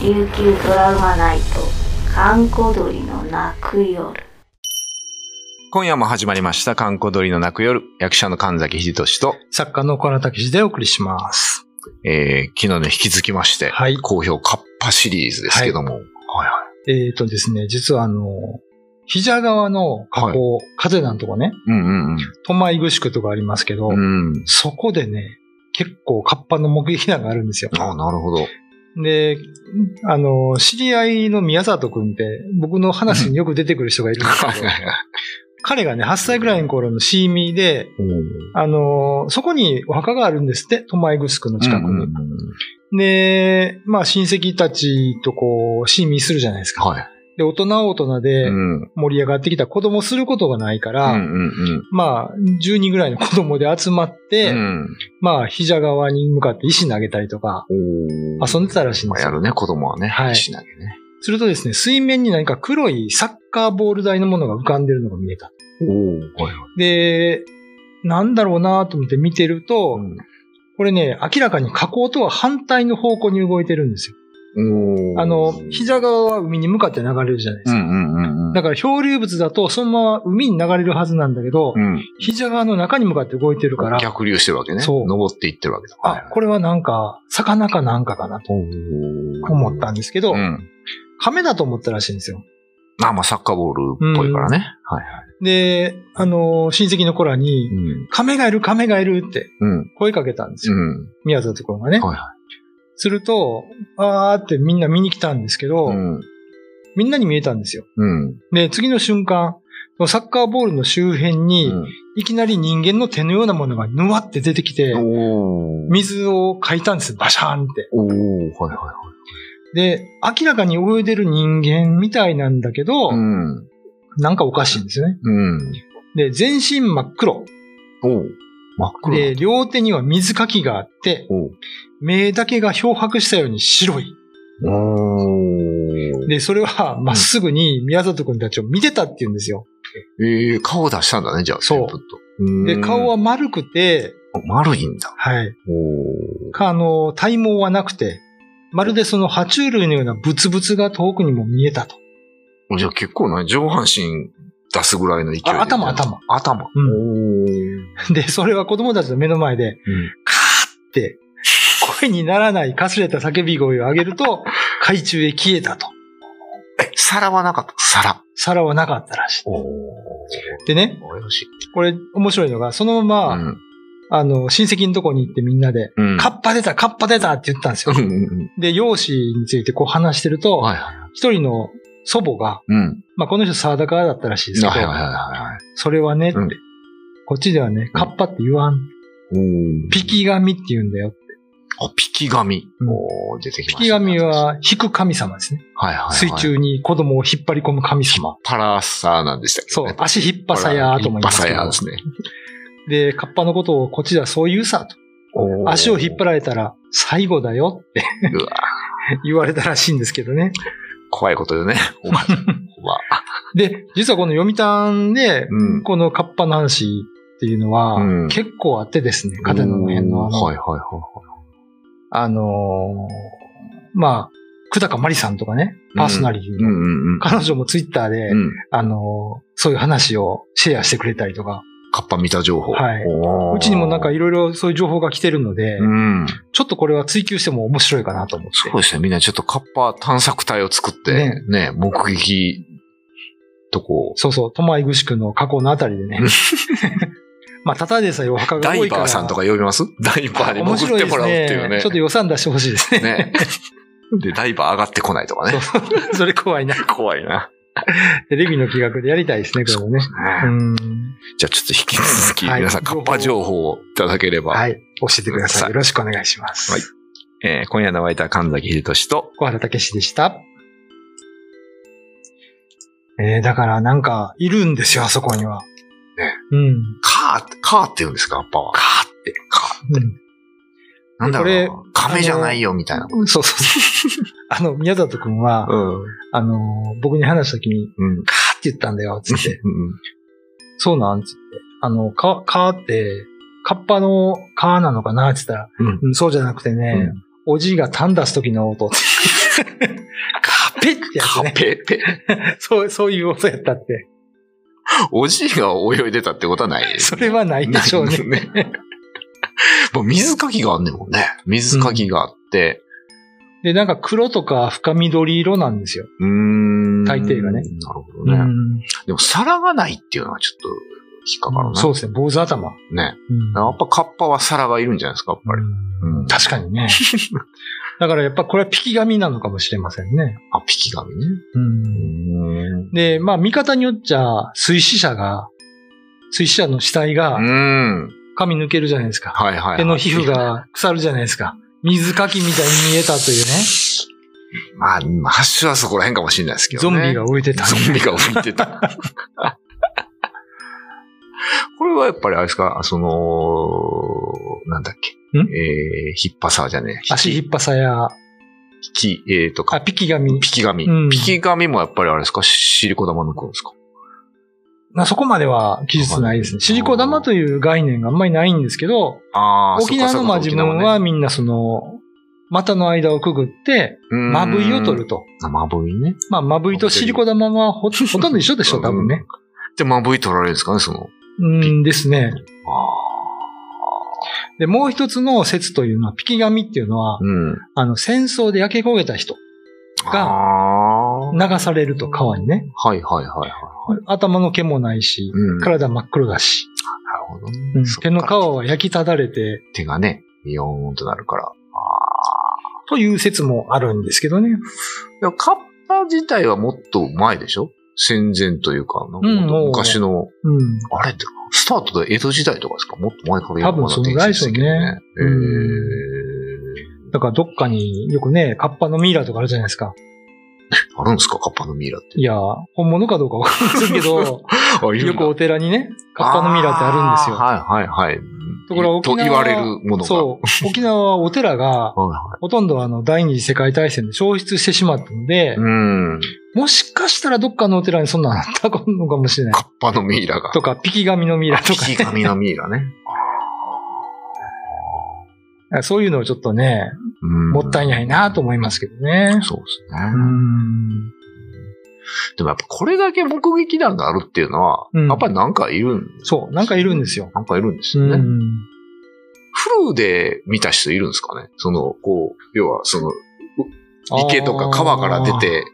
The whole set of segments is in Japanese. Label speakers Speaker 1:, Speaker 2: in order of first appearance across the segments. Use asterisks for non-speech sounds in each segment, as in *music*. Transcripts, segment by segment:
Speaker 1: 琉球ドラマナイト観光鳥の泣く夜
Speaker 2: 今夜も始まりました、観光鳥の泣く夜、役者の神崎秀俊と、
Speaker 3: 作家の岡田武史でお送りします。
Speaker 2: えー、昨日に引き続きまして、
Speaker 3: はい
Speaker 2: 好評カッパシリーズですけども、はいは
Speaker 3: えっ、とですね、実はあの、膝川の河口、風なんとかね、
Speaker 2: い。うん
Speaker 3: トマイグ宿とかありますけど、
Speaker 2: うんうん。うん。
Speaker 3: そこでね、結構カッパの目撃談があるんですよ。
Speaker 2: ああ、なる
Speaker 3: *laughs*
Speaker 2: ほ *laughs* ど。
Speaker 3: で、あの、知り合いの宮里くんって、僕の話によく出てくる人がいるんです
Speaker 2: *laughs*
Speaker 3: けど、彼がね、8歳ぐらいの頃のシーミーで、あの、そこにお墓があるんですって、トマイグ宿の近くに。
Speaker 2: うんうんうん
Speaker 3: で、まあ親戚たちとこう、シーミーするじゃないですか。
Speaker 2: はい。
Speaker 3: で、大人は大人で
Speaker 2: うん。うん
Speaker 3: 盛り上がってきた子供することがないから、
Speaker 2: うん
Speaker 3: まあ、10人ぐらいの子供で集まっ
Speaker 2: う
Speaker 3: て、
Speaker 2: ん。
Speaker 3: まあ、膝側に向かって石投げたりとか、
Speaker 2: うん。
Speaker 3: 遊んでたらしいん
Speaker 2: まあ
Speaker 3: です
Speaker 2: や
Speaker 3: よ。
Speaker 2: るね、子供はね。
Speaker 3: はい
Speaker 2: 石投げね。
Speaker 3: するとですね、水面に何か黒いサッカーボール台のものが浮かんでるのが見えた。
Speaker 2: おおはいはい。
Speaker 3: で、なんだろうなと思って見てると、これね、明らかに河口とは反対の方向に動いてるんですよ。
Speaker 2: うんおー
Speaker 3: あの、膝側は海に向かって流れるじゃないです
Speaker 2: う
Speaker 3: か。
Speaker 2: んうんうんうん。
Speaker 3: だから漂流物だとそのまま海に流れるはずなんだけど、
Speaker 2: うん。
Speaker 3: 膝側の中に向かって動いてるから、
Speaker 2: 逆流してるわけね。
Speaker 3: そう
Speaker 2: 登っていってるわけだ。
Speaker 3: あ、これはなんか、魚かなんかかなと思ったんですけど、
Speaker 2: うん。
Speaker 3: 亀だと思ったらしいんですよ。
Speaker 2: まあまあ、サッカーボールっぽいからね。はいはい。
Speaker 3: で、あのー親戚の子らに、
Speaker 2: うん。
Speaker 3: 亀がいる、亀がいるって
Speaker 2: うん。
Speaker 3: 声かけたんです
Speaker 2: う
Speaker 3: よ。
Speaker 2: ん。
Speaker 3: 宮里君がね。
Speaker 2: はいは
Speaker 3: すると、あーってみんな見に来たんですけど、
Speaker 2: い。うん。
Speaker 3: みんなに見えたんですよ。
Speaker 2: うん。
Speaker 3: で、次の瞬間、そのサッカーボールの周辺に、いきなり人間の手のようなものがぬわって出てきて、
Speaker 2: おー
Speaker 3: 水をかいたんです。バシャーンって。
Speaker 2: おーはいはいは
Speaker 3: で、明らかに泳いでる人間みたいなんだけど、
Speaker 2: い。ん。
Speaker 3: なんかおかしいんですよね。
Speaker 2: うん。
Speaker 3: で、全身真っ黒。
Speaker 2: おー真っ黒だ。
Speaker 3: で、両手には水かきがあって、
Speaker 2: おー
Speaker 3: 目だけが漂白したように白い。
Speaker 2: おー
Speaker 3: で、それはまっすぐに宮里くんたちを見てたって言うんですよ。
Speaker 2: ええ、顔出したんだね、じゃあ。
Speaker 3: そう
Speaker 2: テンプッと。
Speaker 3: で、顔は丸くて、
Speaker 2: うん丸いんだ。
Speaker 3: はい。
Speaker 2: お
Speaker 3: かあの、体毛はなくて、まるでその爬虫類のようなブツブツが遠くにも見えたと。
Speaker 2: ーじゃあ結構な、上半身出すぐらいの勢いで。
Speaker 3: あ頭頭。
Speaker 2: 頭。
Speaker 3: う
Speaker 2: お
Speaker 3: ん
Speaker 2: ー
Speaker 3: で、それは子供たちの目の前で、カーって、声にならないかすれた叫び声を上げ
Speaker 2: *laughs*
Speaker 3: ると、海中へ消えたと。
Speaker 2: え、皿はなかった皿。
Speaker 3: 皿はなかったらし
Speaker 2: おー
Speaker 3: い。でね、
Speaker 2: およし。
Speaker 3: これ面白いのが、そのまま、
Speaker 2: うん
Speaker 3: あの、親戚のとこに行ってみんなで、
Speaker 2: うん
Speaker 3: カッパ出た、カッパ出たって言ったんです
Speaker 2: う
Speaker 3: よ
Speaker 2: ん。うん
Speaker 3: で、容姿についてこう話してる
Speaker 2: うん。
Speaker 3: と、
Speaker 2: はいはい。
Speaker 3: 一人の祖母が、
Speaker 2: うん。
Speaker 3: まあ、この人沢田川だったらしいですけど
Speaker 2: はい、はいはいはい。
Speaker 3: それはね、
Speaker 2: うん
Speaker 3: こっちではね、カッパって言わん。
Speaker 2: おー
Speaker 3: ピ。キ神って言うんだよ。
Speaker 2: あ、ピキ神。
Speaker 3: うん
Speaker 2: おー出てき
Speaker 3: ピ
Speaker 2: ましたね。
Speaker 3: キ神は引く神様ですね。
Speaker 2: はいはいはい、
Speaker 3: 水中に子供を引っ張り込む神様。
Speaker 2: パラサーなんでしたっけ、
Speaker 3: そう、足引っ張さやーと思いますけ
Speaker 2: パラサヤ
Speaker 3: ど
Speaker 2: で。すね。
Speaker 3: で、カッパのことをこっちではそう言うさと。足を引っ張
Speaker 2: る。
Speaker 3: られたら最後だよって
Speaker 2: うわ
Speaker 3: 言われたらしいんですけどね。
Speaker 2: 怖いことよね。
Speaker 3: *laughs*
Speaker 2: おばあちゃん。おばあ
Speaker 3: で、実はこの読谷で、
Speaker 2: うん
Speaker 3: このカッパの話っていうのは
Speaker 2: うん
Speaker 3: 結構あってですね、カテナの辺のあの、
Speaker 2: はいはいはいは
Speaker 3: あのーまあ、久高まりさんとかね、パーソナリティ
Speaker 2: い。うん
Speaker 3: の。
Speaker 2: うんうん。
Speaker 3: 彼女もツイッターで、
Speaker 2: うん。
Speaker 3: あのーそういう話をシェアしてくれたりとか、
Speaker 2: カッパ見た情報。
Speaker 3: はい
Speaker 2: おー
Speaker 3: うちにもなんかいろいろそういう情報が来てるので、
Speaker 2: うん。
Speaker 3: ちょっとこれは追求しても面白いかなと思っ
Speaker 2: そ
Speaker 3: て。
Speaker 2: うですね。みんなちょっとカッパ探索隊を作って、ね、目撃とこ
Speaker 3: そうそう、トマイグシ区の河口のあたりでね。 *laughs* まあ、ただでさえお墓
Speaker 2: う、
Speaker 3: が
Speaker 2: ダ
Speaker 3: 多
Speaker 2: イ
Speaker 3: いから。
Speaker 2: バーさんとか呼びますダイバーに
Speaker 3: 面
Speaker 2: 潜っ
Speaker 3: 白い
Speaker 2: て
Speaker 3: で
Speaker 2: も
Speaker 3: す
Speaker 2: らうっていうね。
Speaker 3: ね。ちょっと予算出してほしいですね。
Speaker 2: ね。で、ダイバー上がってこないとかね。
Speaker 3: *laughs* それ怖いな。
Speaker 2: 怖いな。
Speaker 3: テレビの企画でやりたいですね、これもね。うん。
Speaker 2: じゃあちょっと引き続き、
Speaker 3: はい
Speaker 2: 皆さん、カッパ情報をいただければ、
Speaker 3: はい。教えてくだ
Speaker 2: さ
Speaker 3: さ
Speaker 2: あ
Speaker 3: い。よろしくお願いします。
Speaker 2: はいえー今夜のワイター神崎秀俊と、
Speaker 3: 小原武史でした。えー、だからなんか、いるんですよ、あそこには。
Speaker 2: ね。
Speaker 3: うん。
Speaker 2: カーって、カーって言うんですか、カッパは。カーって。カー。なんだろう
Speaker 3: こ
Speaker 2: な。亀じゃないよ、みたいな。
Speaker 3: うん。そう
Speaker 2: *laughs*
Speaker 3: そうそう。あの、宮里くんは、
Speaker 2: うん。
Speaker 3: あのー、僕に話した時に、
Speaker 2: うん。
Speaker 3: カーって言ったんだよ、つって。
Speaker 2: うん
Speaker 3: そうなんつって。あの、か、かーって、カッパのカーなのかなって言ったら、
Speaker 2: うん
Speaker 3: うんそうじゃなくてね、おじいが痰出す時の音って。カペってやつ
Speaker 2: カ
Speaker 3: ね。
Speaker 2: ペって。
Speaker 3: そう、そういう音やったって。
Speaker 2: おじいが泳いでたってことはないです。
Speaker 3: それは *laughs* ないでしょうね。
Speaker 2: ないね。 *laughs* もう水かきがあんねんもんね。水かきがあって。
Speaker 3: で、なんか黒とか深緑色なんですよ。
Speaker 2: うーん。
Speaker 3: 大抵が
Speaker 2: な
Speaker 3: ね
Speaker 2: るほどね。
Speaker 3: ん
Speaker 2: でも皿がないっていうのはちょっと引っかかるね。
Speaker 3: そうですね、坊主頭。
Speaker 2: ね。
Speaker 3: うん
Speaker 2: やっぱカッパは皿がいるんじゃないですか、やっぱり。
Speaker 3: うん
Speaker 2: うん
Speaker 3: 確かにね。だからやっぱこれはピキ神なのかもしれませんね。
Speaker 2: *laughs* あ、ピキ紙ね。う
Speaker 3: で、まあ見方によっちゃ、水死者が、水死者の死体が
Speaker 2: ーん。
Speaker 3: 髪抜けるじゃないですか。
Speaker 2: はいはいはい。
Speaker 3: 手の皮膚。が腐るじゃないですか。水かきみたいに見えたというね。
Speaker 2: まあ、ハッシュはそこら辺かもしれないですけ
Speaker 3: ゾ
Speaker 2: どね。
Speaker 3: ンビが浮いてた。
Speaker 2: ゾンビが浮いてた。
Speaker 3: *laughs*
Speaker 2: これはやっぱりあれですか、その、なんだっけ。
Speaker 3: ん
Speaker 2: えー、ヒッパサーじゃねえ。
Speaker 3: 足ひっぱさや、
Speaker 2: 引き、えーと、
Speaker 3: あ、
Speaker 2: か
Speaker 3: ピキ神。
Speaker 2: ピキ紙
Speaker 3: うん。
Speaker 2: ピキ紙もやっぱりあれですか、シリコ玉抜くんですか。
Speaker 3: まあそこまでは技術ないですね。シリコ玉という概念があんまりないんですけど、
Speaker 2: ああ、
Speaker 3: 沖縄の魔自分はみんなその、股の間をくぐって、
Speaker 2: ま
Speaker 3: まぶいを取る。と。
Speaker 2: あまぶいね。
Speaker 3: まあ、まぶいとシリコ玉は
Speaker 2: *laughs*
Speaker 3: ほほとんど一緒でしょ、多分ね。
Speaker 2: で、まぶい取られるんですかね、その。
Speaker 3: うんですね。
Speaker 2: あ
Speaker 3: で、もう一つの説というのは、ピキ神っていうのは
Speaker 2: あ。、うん。
Speaker 3: あの、戦争で焼け焦げた人、が
Speaker 2: あー
Speaker 3: 流されると川にね。
Speaker 2: はいはいはいはい。
Speaker 3: 頭の毛もないし、
Speaker 2: うん。なる
Speaker 3: 体真っ黒だし、
Speaker 2: ほど
Speaker 3: う
Speaker 2: ね
Speaker 3: ん。手の皮は焼きただれて、
Speaker 2: 手がね、ビヨーンとなるから。
Speaker 3: という説もあるんですけどね。
Speaker 2: でもカッパ自体はもっと前でしょ戦前というか、なんか
Speaker 3: うんもう
Speaker 2: 昔の、
Speaker 3: うん。
Speaker 2: あれって、スタートで江戸時代とかですかもっと前から
Speaker 3: 多分そのぐらいでしょうね
Speaker 2: え
Speaker 3: うんだからどっかによくね、カッパのミイラとかあるじゃないですか。
Speaker 2: ー、あるんですかカッパのミイラって。
Speaker 3: いや、本物かどうかわかりませんけど、
Speaker 2: あ、いる
Speaker 3: よ
Speaker 2: んだ
Speaker 3: くお寺にね、カッパのミイラってあるんですよ。
Speaker 2: はいはいはい。
Speaker 3: ところが
Speaker 2: と
Speaker 3: 沖
Speaker 2: 言
Speaker 3: 縄
Speaker 2: わ
Speaker 3: は
Speaker 2: れるものが。
Speaker 3: そう。沖縄はお寺が、
Speaker 2: はいは
Speaker 3: ほとんどあの、第二次世界大戦で消失してしまったの
Speaker 2: い。、
Speaker 3: で
Speaker 2: うん。
Speaker 3: もしかしたらどっかのお寺にそんなのあったのかもしれない。
Speaker 2: カッパのミイラが。
Speaker 3: とか、ピキ神のミイラとか、
Speaker 2: 引き紙のミイラね。
Speaker 3: そういうのをちょっとね、もったいないなと思いますけどね
Speaker 2: うん。そうですね。
Speaker 3: うん。
Speaker 2: でもやっぱこれだけ目撃談があるっていうのは、
Speaker 3: うん
Speaker 2: やっぱりなんかいるん、
Speaker 3: そう、なんかいるんですよ。
Speaker 2: なんかいるんです
Speaker 3: う
Speaker 2: よね。
Speaker 3: ん。
Speaker 2: フルで見た人いるんですかねその、こう、要はその、池とか川から出て、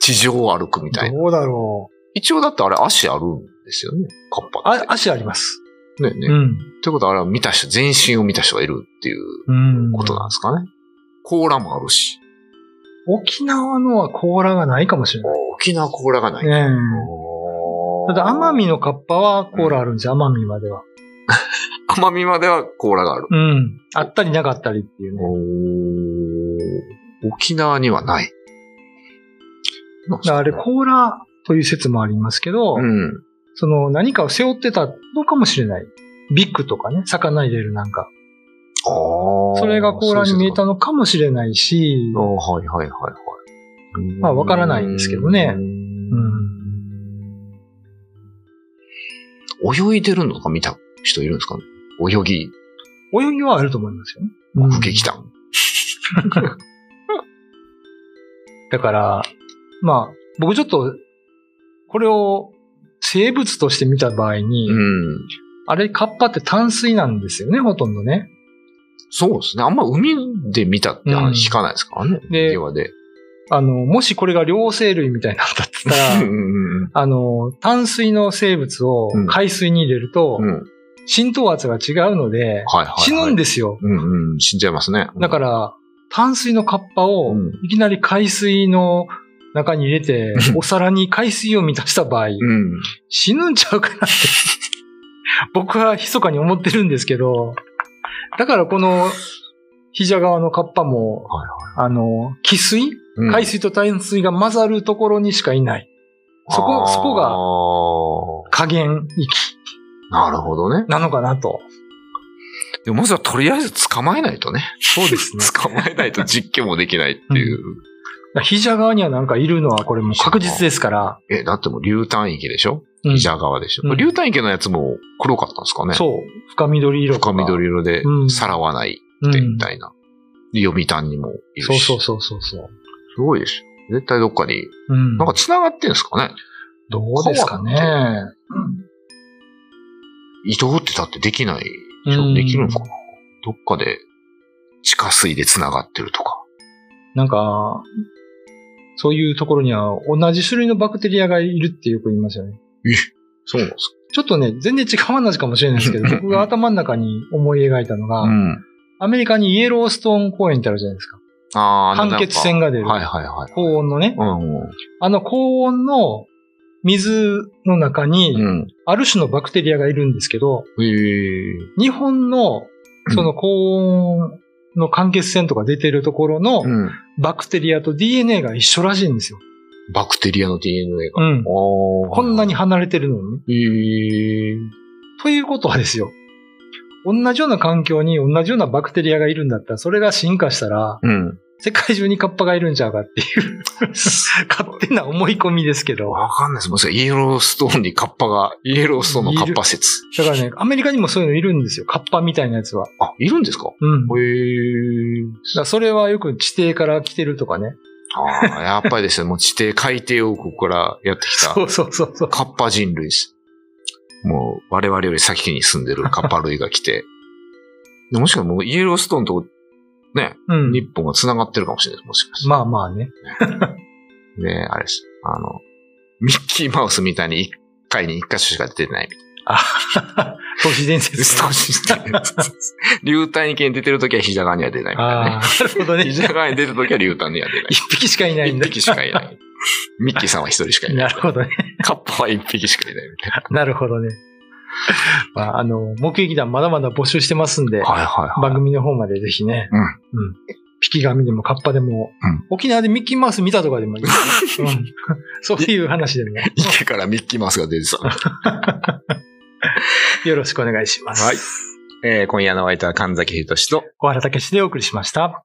Speaker 2: 地上を歩くみ
Speaker 3: あ
Speaker 2: た
Speaker 3: ー。
Speaker 2: いな。
Speaker 3: どうだろう。
Speaker 2: 一応だってあれ足あるんですよね。カッパっ
Speaker 3: あ
Speaker 2: て。、
Speaker 3: 足あります。
Speaker 2: ねね。
Speaker 3: う
Speaker 2: っ
Speaker 3: ん。
Speaker 2: てことはあれは見た人、全身を見た人がいるっていう
Speaker 3: うん。
Speaker 2: ことなんですかね。甲羅もあるし。
Speaker 3: 沖縄のは甲羅がないかもしれない。
Speaker 2: 沖縄甲羅がない。
Speaker 3: ねえ
Speaker 2: おー
Speaker 3: ただ、奄美のカッパは甲羅あるんですよ、奄美までは。
Speaker 2: 奄美までは甲羅がある。
Speaker 3: うん。あったりなかったりっていうね。
Speaker 2: 沖縄にはない。
Speaker 3: だからあれ、甲羅という説もありますけど、
Speaker 2: うん。
Speaker 3: その何かを背負ってたのかもしれない。ビッグとかね、魚入れるなんか。そ
Speaker 2: そ
Speaker 3: れが甲羅に見えた
Speaker 2: の
Speaker 3: のかもしれないし、
Speaker 2: あーはいはいはいはい。
Speaker 3: まあわからないんですけどね
Speaker 2: う
Speaker 3: うんん。
Speaker 2: 泳いでるのが見た人いるんですかね泳ぎ、
Speaker 3: 泳ぎはあると思いますよ。
Speaker 2: 目撃談。
Speaker 3: だから、まあ、僕ちょっと、これを生物として見た場合に、
Speaker 2: うん。
Speaker 3: あれ、カッパって淡水なんですよね、ほとんどね。
Speaker 2: そうですね。あんま海で見たって
Speaker 3: うん
Speaker 2: 話聞かないですからね。
Speaker 3: で
Speaker 2: はで。
Speaker 3: あの、もしこれが両生類みたいなんだった
Speaker 2: *laughs* う
Speaker 3: ら、
Speaker 2: ん
Speaker 3: あの、淡水の生物を海水に入れると
Speaker 2: うん、うん。うん
Speaker 3: 浸透圧が違うので、
Speaker 2: はいはいはい。
Speaker 3: 死ぬんですよ。
Speaker 2: うんうん。死んじゃいますね。、
Speaker 3: だからら、淡水のカッパを
Speaker 2: うん
Speaker 3: いきなり海水の中に入れ
Speaker 2: *laughs*
Speaker 3: て、お皿に海水を満たした場
Speaker 2: う
Speaker 3: 合、
Speaker 2: ん。
Speaker 3: 死ぬんちゃうかなって、 *laughs* 僕は密かに思ってるんですけど、だからこの、膝側のカッパも、
Speaker 2: はい
Speaker 3: あの、汽水
Speaker 2: うん
Speaker 3: 海水と淡水が混ざるところにしかいない。そこそこ
Speaker 2: が。
Speaker 3: が加減域
Speaker 2: なるほどね。
Speaker 3: なのかなと。
Speaker 2: でもまずはとりあえず捕まえないとね。
Speaker 3: そうですね
Speaker 2: *laughs* 捕まえないと実験もできないっていう。
Speaker 3: 膝側にはなんかいるのはこれもう確実ですから。
Speaker 2: え、だってもう流炭池でしょ
Speaker 3: うん
Speaker 2: 膝側でしょ、
Speaker 3: うん
Speaker 2: 流炭池のやつも黒かったんですかね
Speaker 3: そう。深緑色とか。
Speaker 2: 深緑色で
Speaker 3: うん
Speaker 2: さらわない
Speaker 3: うん
Speaker 2: ってみたいな。で予備炭にもいるし。
Speaker 3: そうそうそうそうそう。
Speaker 2: すごいですよ。絶対どっかに、
Speaker 3: うん。
Speaker 2: なんか繋がってんすかね
Speaker 3: どうですかね。
Speaker 2: 移動ってだってできないでしょ。
Speaker 3: うん
Speaker 2: できるのかなどっかで地下水で繋がってるとか。
Speaker 3: なんか、そういうところには同じ種類のバクテリアがいるってよく言いますよね。
Speaker 2: そうなんです
Speaker 3: ちょっとね、全然違う話かもしれないですけど、僕が頭の中に思い描いたの
Speaker 2: か
Speaker 3: が、
Speaker 2: うん。
Speaker 3: アメリカにイエローストーン公園ってあるじゃないですか。
Speaker 2: ああ、
Speaker 3: 判決線が出
Speaker 2: で
Speaker 3: る。
Speaker 2: はいはいはい。
Speaker 3: 高温のね。
Speaker 2: うん。
Speaker 3: あの高温の水の中に、
Speaker 2: うん。
Speaker 3: ある種のバクテリアがいるんですけど、
Speaker 2: へえ。
Speaker 3: 日本のその高温の間欠泉とか出てるところの
Speaker 2: うん。
Speaker 3: バクテリアと DNA が一緒らしいんですよ。
Speaker 2: バクテリアの DNA が。
Speaker 3: うん。
Speaker 2: おー
Speaker 3: こんなに。離れてるのにね。
Speaker 2: へえ。
Speaker 3: ということはですよ。同じような環境に同じようなバクテリアがいるんだったら、それが進化したら、
Speaker 2: うん。
Speaker 3: 世界中にカッパがいるんちゃうかっ
Speaker 2: *laughs*
Speaker 3: ていう、勝手な思い込みですけど。
Speaker 2: わかんないです。もしかしたらイエローストーンにカッパが、イエローストーンのカッパ説。
Speaker 3: だからね、アメリカにもそういうのいるんですよ。カッパみたいなやつは。
Speaker 2: あ、いるんですか
Speaker 3: うん。だか
Speaker 2: へえ。
Speaker 3: らそれはよく地底から来てるとかね。
Speaker 2: ああ、やっぱりですね、もう地底、海底王国からやってきた
Speaker 3: そ、うそうそうそう。
Speaker 2: カッパ人類です。もう、我々より先に住んでるカッパ類が来て。 *laughs* でもしかしたらもうイエローストーンと、ね、
Speaker 3: うん。
Speaker 2: 日本が繋がってるかもしれないです。もしかして。
Speaker 3: まあまあね。
Speaker 2: で、あれです。あの、ミッキーマウスみたいに一回に一箇所しか出てないみたい
Speaker 3: あ都市伝
Speaker 2: な。*laughs*
Speaker 3: 説。
Speaker 2: 少ししてる。流体に出てるときは膝側には出ないみたい
Speaker 3: あ
Speaker 2: なね。
Speaker 3: あ、なるほどね。
Speaker 2: 膝側に出るときは流体には出
Speaker 3: 一匹しかいな
Speaker 2: ないい。*laughs*
Speaker 3: ん
Speaker 2: 一
Speaker 3: だ。
Speaker 2: 匹しかいない。ミッキーさんは一人しかいない。
Speaker 3: なるほどね。
Speaker 2: カッパは一匹しかいないみたいな。
Speaker 3: なるほどね。まあ、あの、目撃談まだまだ募集してますんで、
Speaker 2: はいはいはい。
Speaker 3: 番組の方までぜひね。
Speaker 2: うん
Speaker 3: んピキ紙でもカッパでも、
Speaker 2: うん
Speaker 3: 沖縄でミッキーマウス見たとかで
Speaker 2: *laughs*
Speaker 3: もいい、うんそういう話でも
Speaker 2: 池からミッキーマウスが出てた。
Speaker 3: よろしくお願いします。
Speaker 2: はい *laughs* えー今夜のお相手は神崎秀俊と、
Speaker 3: 小原武史でお送りしました。